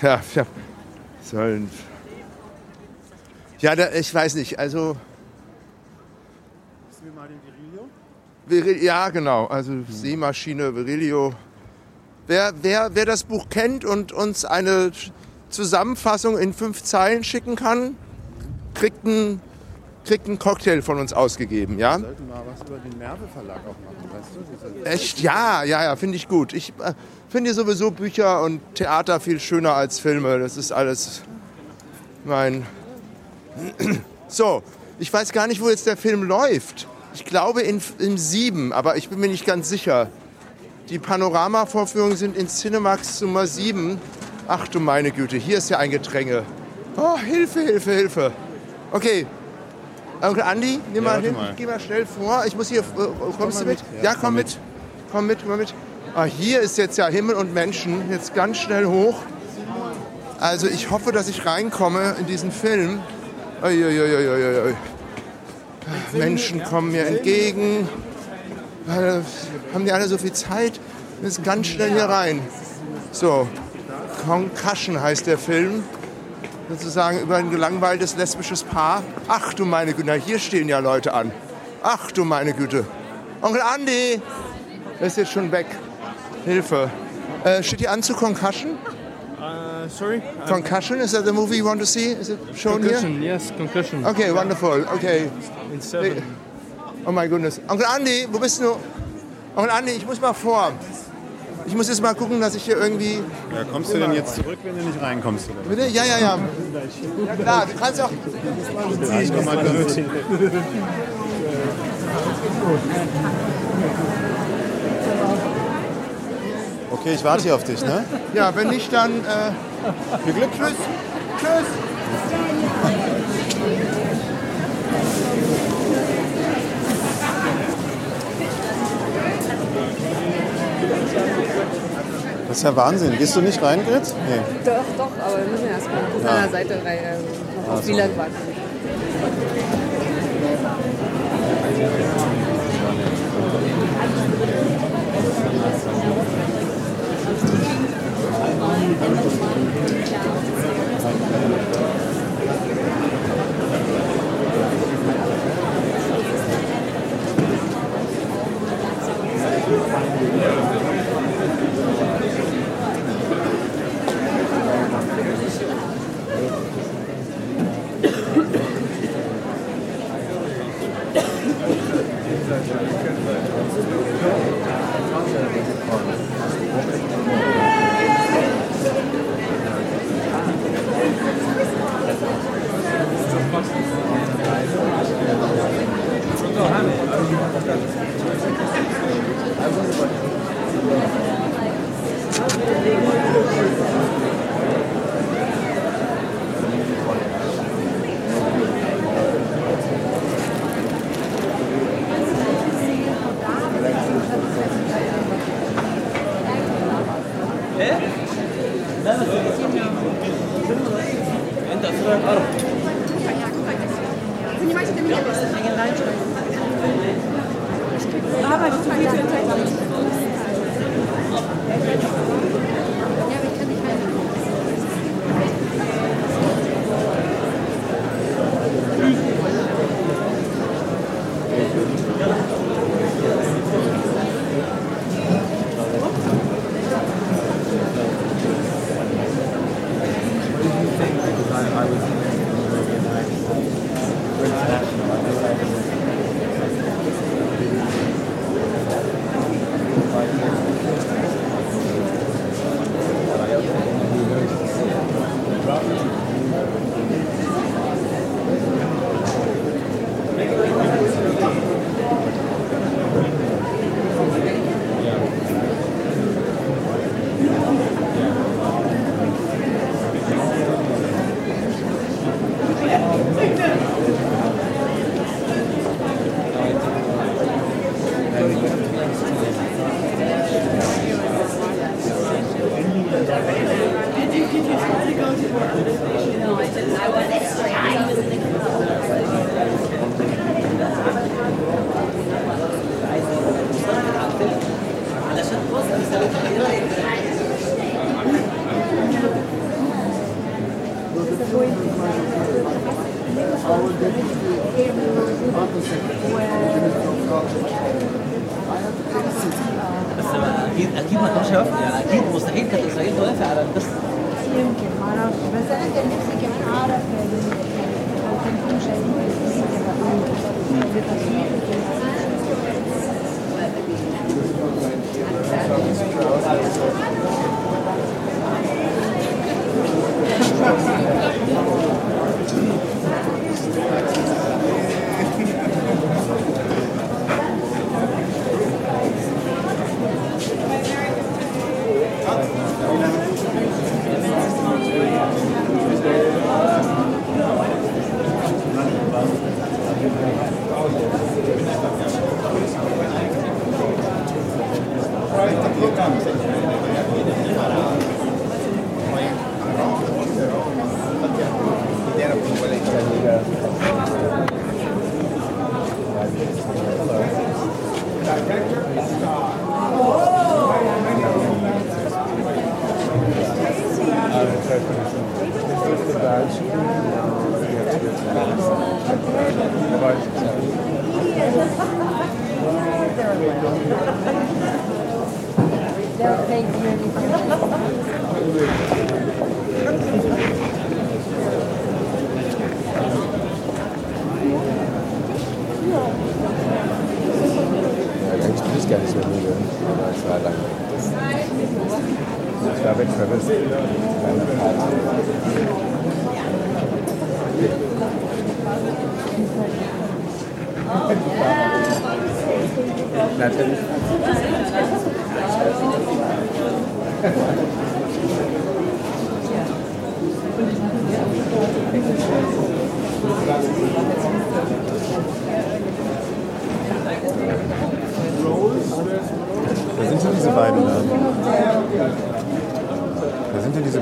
Ja, ja. Sollen. Ja, da, ich weiß nicht. Also, Wissen wir mal den Virilio? Viril, ja, genau. Also Hm. Seemaschine, Virilio. Wer, wer, wer das Buch kennt und uns eine Zusammenfassung in fünf Zeilen schicken kann, kriegt einen, kriegt einen Cocktail von uns ausgegeben, ja? Wir sollten mal was über den Nerve Verlag auch machen, weißt du? Diese- Echt? Ja, ja, ja, finde ich gut. Ich äh, finde sowieso Bücher und Theater viel schöner als Filme. Das ist alles mein. So, ich weiß gar nicht, wo jetzt der Film läuft. Ich glaube in, in sieben, aber ich bin mir nicht ganz sicher. Die Panorama-Vorführungen sind in Cinemax Nummer 7. Ach du meine Güte, hier ist ja ein Gedränge. Oh, Hilfe, Hilfe, Hilfe. Okay. Onkel Andi, nimm mal warte hin, mal. geh mal schnell vor. Ich muss hier. Äh, kommst du mit? mit, Ja, ja. komm mit. Komm mit, komm mit. Ah, hier ist jetzt ja Himmel und Menschen. Jetzt ganz schnell hoch. Also ich hoffe, dass ich reinkomme in diesen Film. Ui, ui, ui, ui, ui, ui. Menschen kommen mir entgegen. Alle- äh, Haben die alle so viel Zeit? Wir müssen ganz schnell hier rein. So, Concussion heißt der Film. Sozusagen über ein gelangweiltes lesbisches Paar. Ach du meine Güte, na, hier stehen ja Leute an. Ach du meine Güte. Onkel Andi! Er ist jetzt schon weg. Hilfe. Äh, steht hier an zu Concussion? Äh, sorry? Concussion, is that the movie you want to see? Is it shown here? yes, concussion. Okay, wonderful. Okay. In seven. Oh my goodness. Onkel Andi, wo bist du? Onkel Andi, ich muss mal vor. Ich muss jetzt mal gucken, dass ich hier irgendwie. Ja, kommst du denn jetzt zurück, wenn du nicht reinkommst? Oder? Bitte? Ja, ja, ja. Ja klar, du kannst auch. Ja, ich komm mal zurück. Okay, ich warte hier auf dich, ne? Ja, wenn nicht, dann. Äh, Viel Glück. Tschüss. tschüss. Das ist ja Wahnsinn. Gehst du nicht rein, Grit? Nee. Doch, doch, aber wir müssen erst mal von Ja. der Seite rein, also noch auf so. Wieland warten. شوف اكيد مستحيل كانت اسرائيل توافق على القصه يمكن ما اعرف بس انا كان نفسي كمان اعرف لو كان في مشاهدين كتير كانوا بتصوير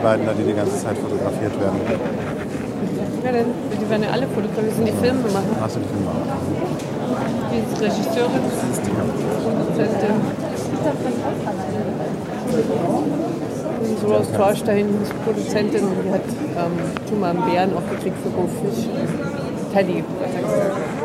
beiden da, die die ganze Zeit fotografiert werden. Ja, dann, die werden ja alle fotografiert, das sind die Filme machen. Achso, die Filme auch. Die ist Regisseure. Das ist die Produzentin. Und so aus Torstein ist Produzentin und die hat ähm, Tuma einen Bären auch gekriegt für Go Fisch. Teddy, was er gesagt hat.